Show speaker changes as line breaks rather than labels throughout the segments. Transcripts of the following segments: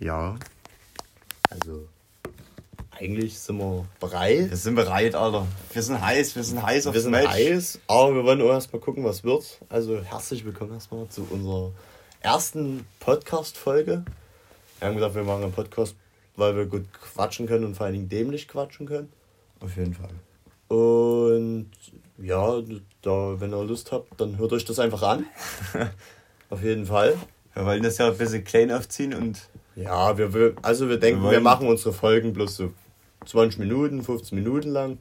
Ja.
Also, eigentlich sind wir bereit.
Wir sind bereit, Alter. Wir sind heiß, wir sind heiß auf
Wir sind heiß, aber wir wollen auch erstmal gucken, was wird. Also, herzlich willkommen erstmal zu unserer ersten Podcast-Folge. Wir haben gesagt, wir machen einen Podcast, weil wir gut quatschen können und vor allen Dingen dämlich quatschen können.
Auf jeden Fall.
Und ja, da, wenn ihr Lust habt, dann hört euch das einfach an. Auf jeden Fall.
Wir wollen das ja ein bisschen klein aufziehen und
Ja, wir, wir also wir denken, wir,
wollen-
machen unsere Folgen bloß so 20 Minuten, 15 Minuten lang.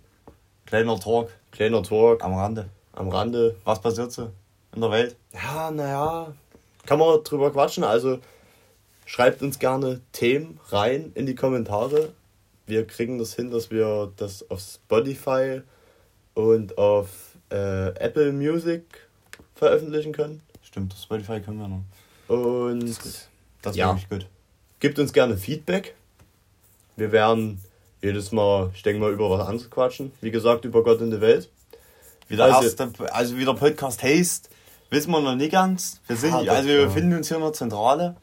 kleiner Talk
Kleiner Talk
am Rande.
am Rande.
Was passiert so in der Welt?
Ja, naja, kann man drüber quatschen. Also schreibt uns gerne Themen rein in die Kommentare. Wir kriegen das hin, dass wir das auf Spotify und auf äh, Apple Music veröffentlichen können.
Stimmt, das Spotify können wir noch.
Und
Das ist
Ja.
wirklich gut.
gebt uns gerne Feedback. Wir werden jedes Mal, ich denke mal, über was anderes quatschen. Wie gesagt, über Gott und die Welt.
Wie der
Also-
erste, also wie der Podcast heißt, wissen wir noch nicht ganz. Wir sind,
Ah, das
also wir
ja.
befinden uns hier in der Zentrale.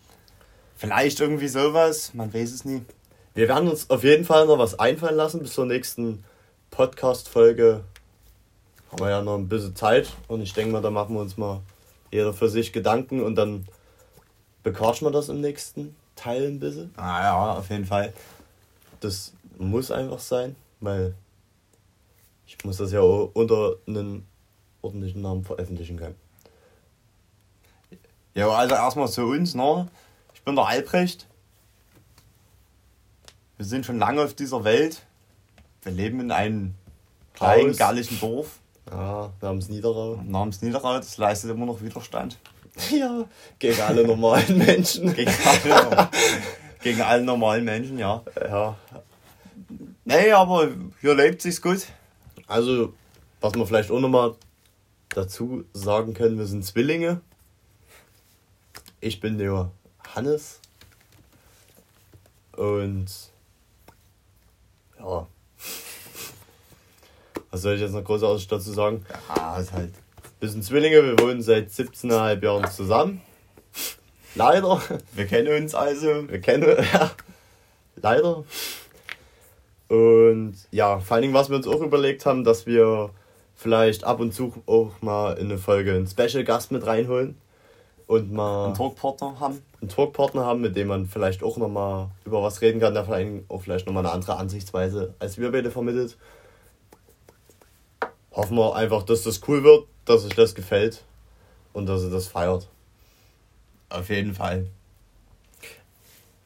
Vielleicht irgendwie sowas, man weiß es nie.
Wir werden uns auf jeden Fall noch was einfallen lassen bis zur nächsten Podcast-Folge. Haben wir ja noch ein bisschen Zeit und ich denke mal, da machen wir uns mal jeder für sich Gedanken und dann bequatschen wir das im nächsten Teil ein bisschen.
Ah ja, auf jeden Fall.
Das muss einfach sein, weil ich muss das ja auch unter einem ordentlichen Namen veröffentlichen können.
Ja, also erstmal zu uns, ne? Ich bin der Albrecht. Wir sind schon lange auf dieser Welt. Wir leben in einem kleinen
Haus.
gallischen Dorf
Ja, namens Niederau.
namens Niederau. Das leistet immer noch Widerstand.
Ja, gegen alle normalen Menschen.
Gegen alle, gegen alle normalen Menschen, ja.
Ja,
Nee, aber hier lebt sich's gut.
also, was wir vielleicht auch nochmal dazu sagen können, wir sind Zwillinge. Ich bin der Hannes. Und ja. Was soll ich jetzt noch großartig dazu sagen? Ah,
Ja, ist halt.
Wir sind Zwillinge, wir wohnen seit 17,5 Jahren zusammen. Leider.
Wir kennen uns also.
Wir kennen, ja. Leider. Und ja, vor allen Dingen, was wir uns auch überlegt haben, dass wir vielleicht ab und zu auch mal in eine Folge einen Special Gast mit reinholen und mal
Einen Talkpartner haben.
einen Talkpartner haben, mit dem man vielleicht auch nochmal über was reden kann, der vor allen Dingen auch vielleicht nochmal eine andere Ansichtsweise als wir beide vermittelt. Hoffen wir einfach, dass das cool wird, dass euch das gefällt und dass ihr das feiert.
Auf jeden Fall.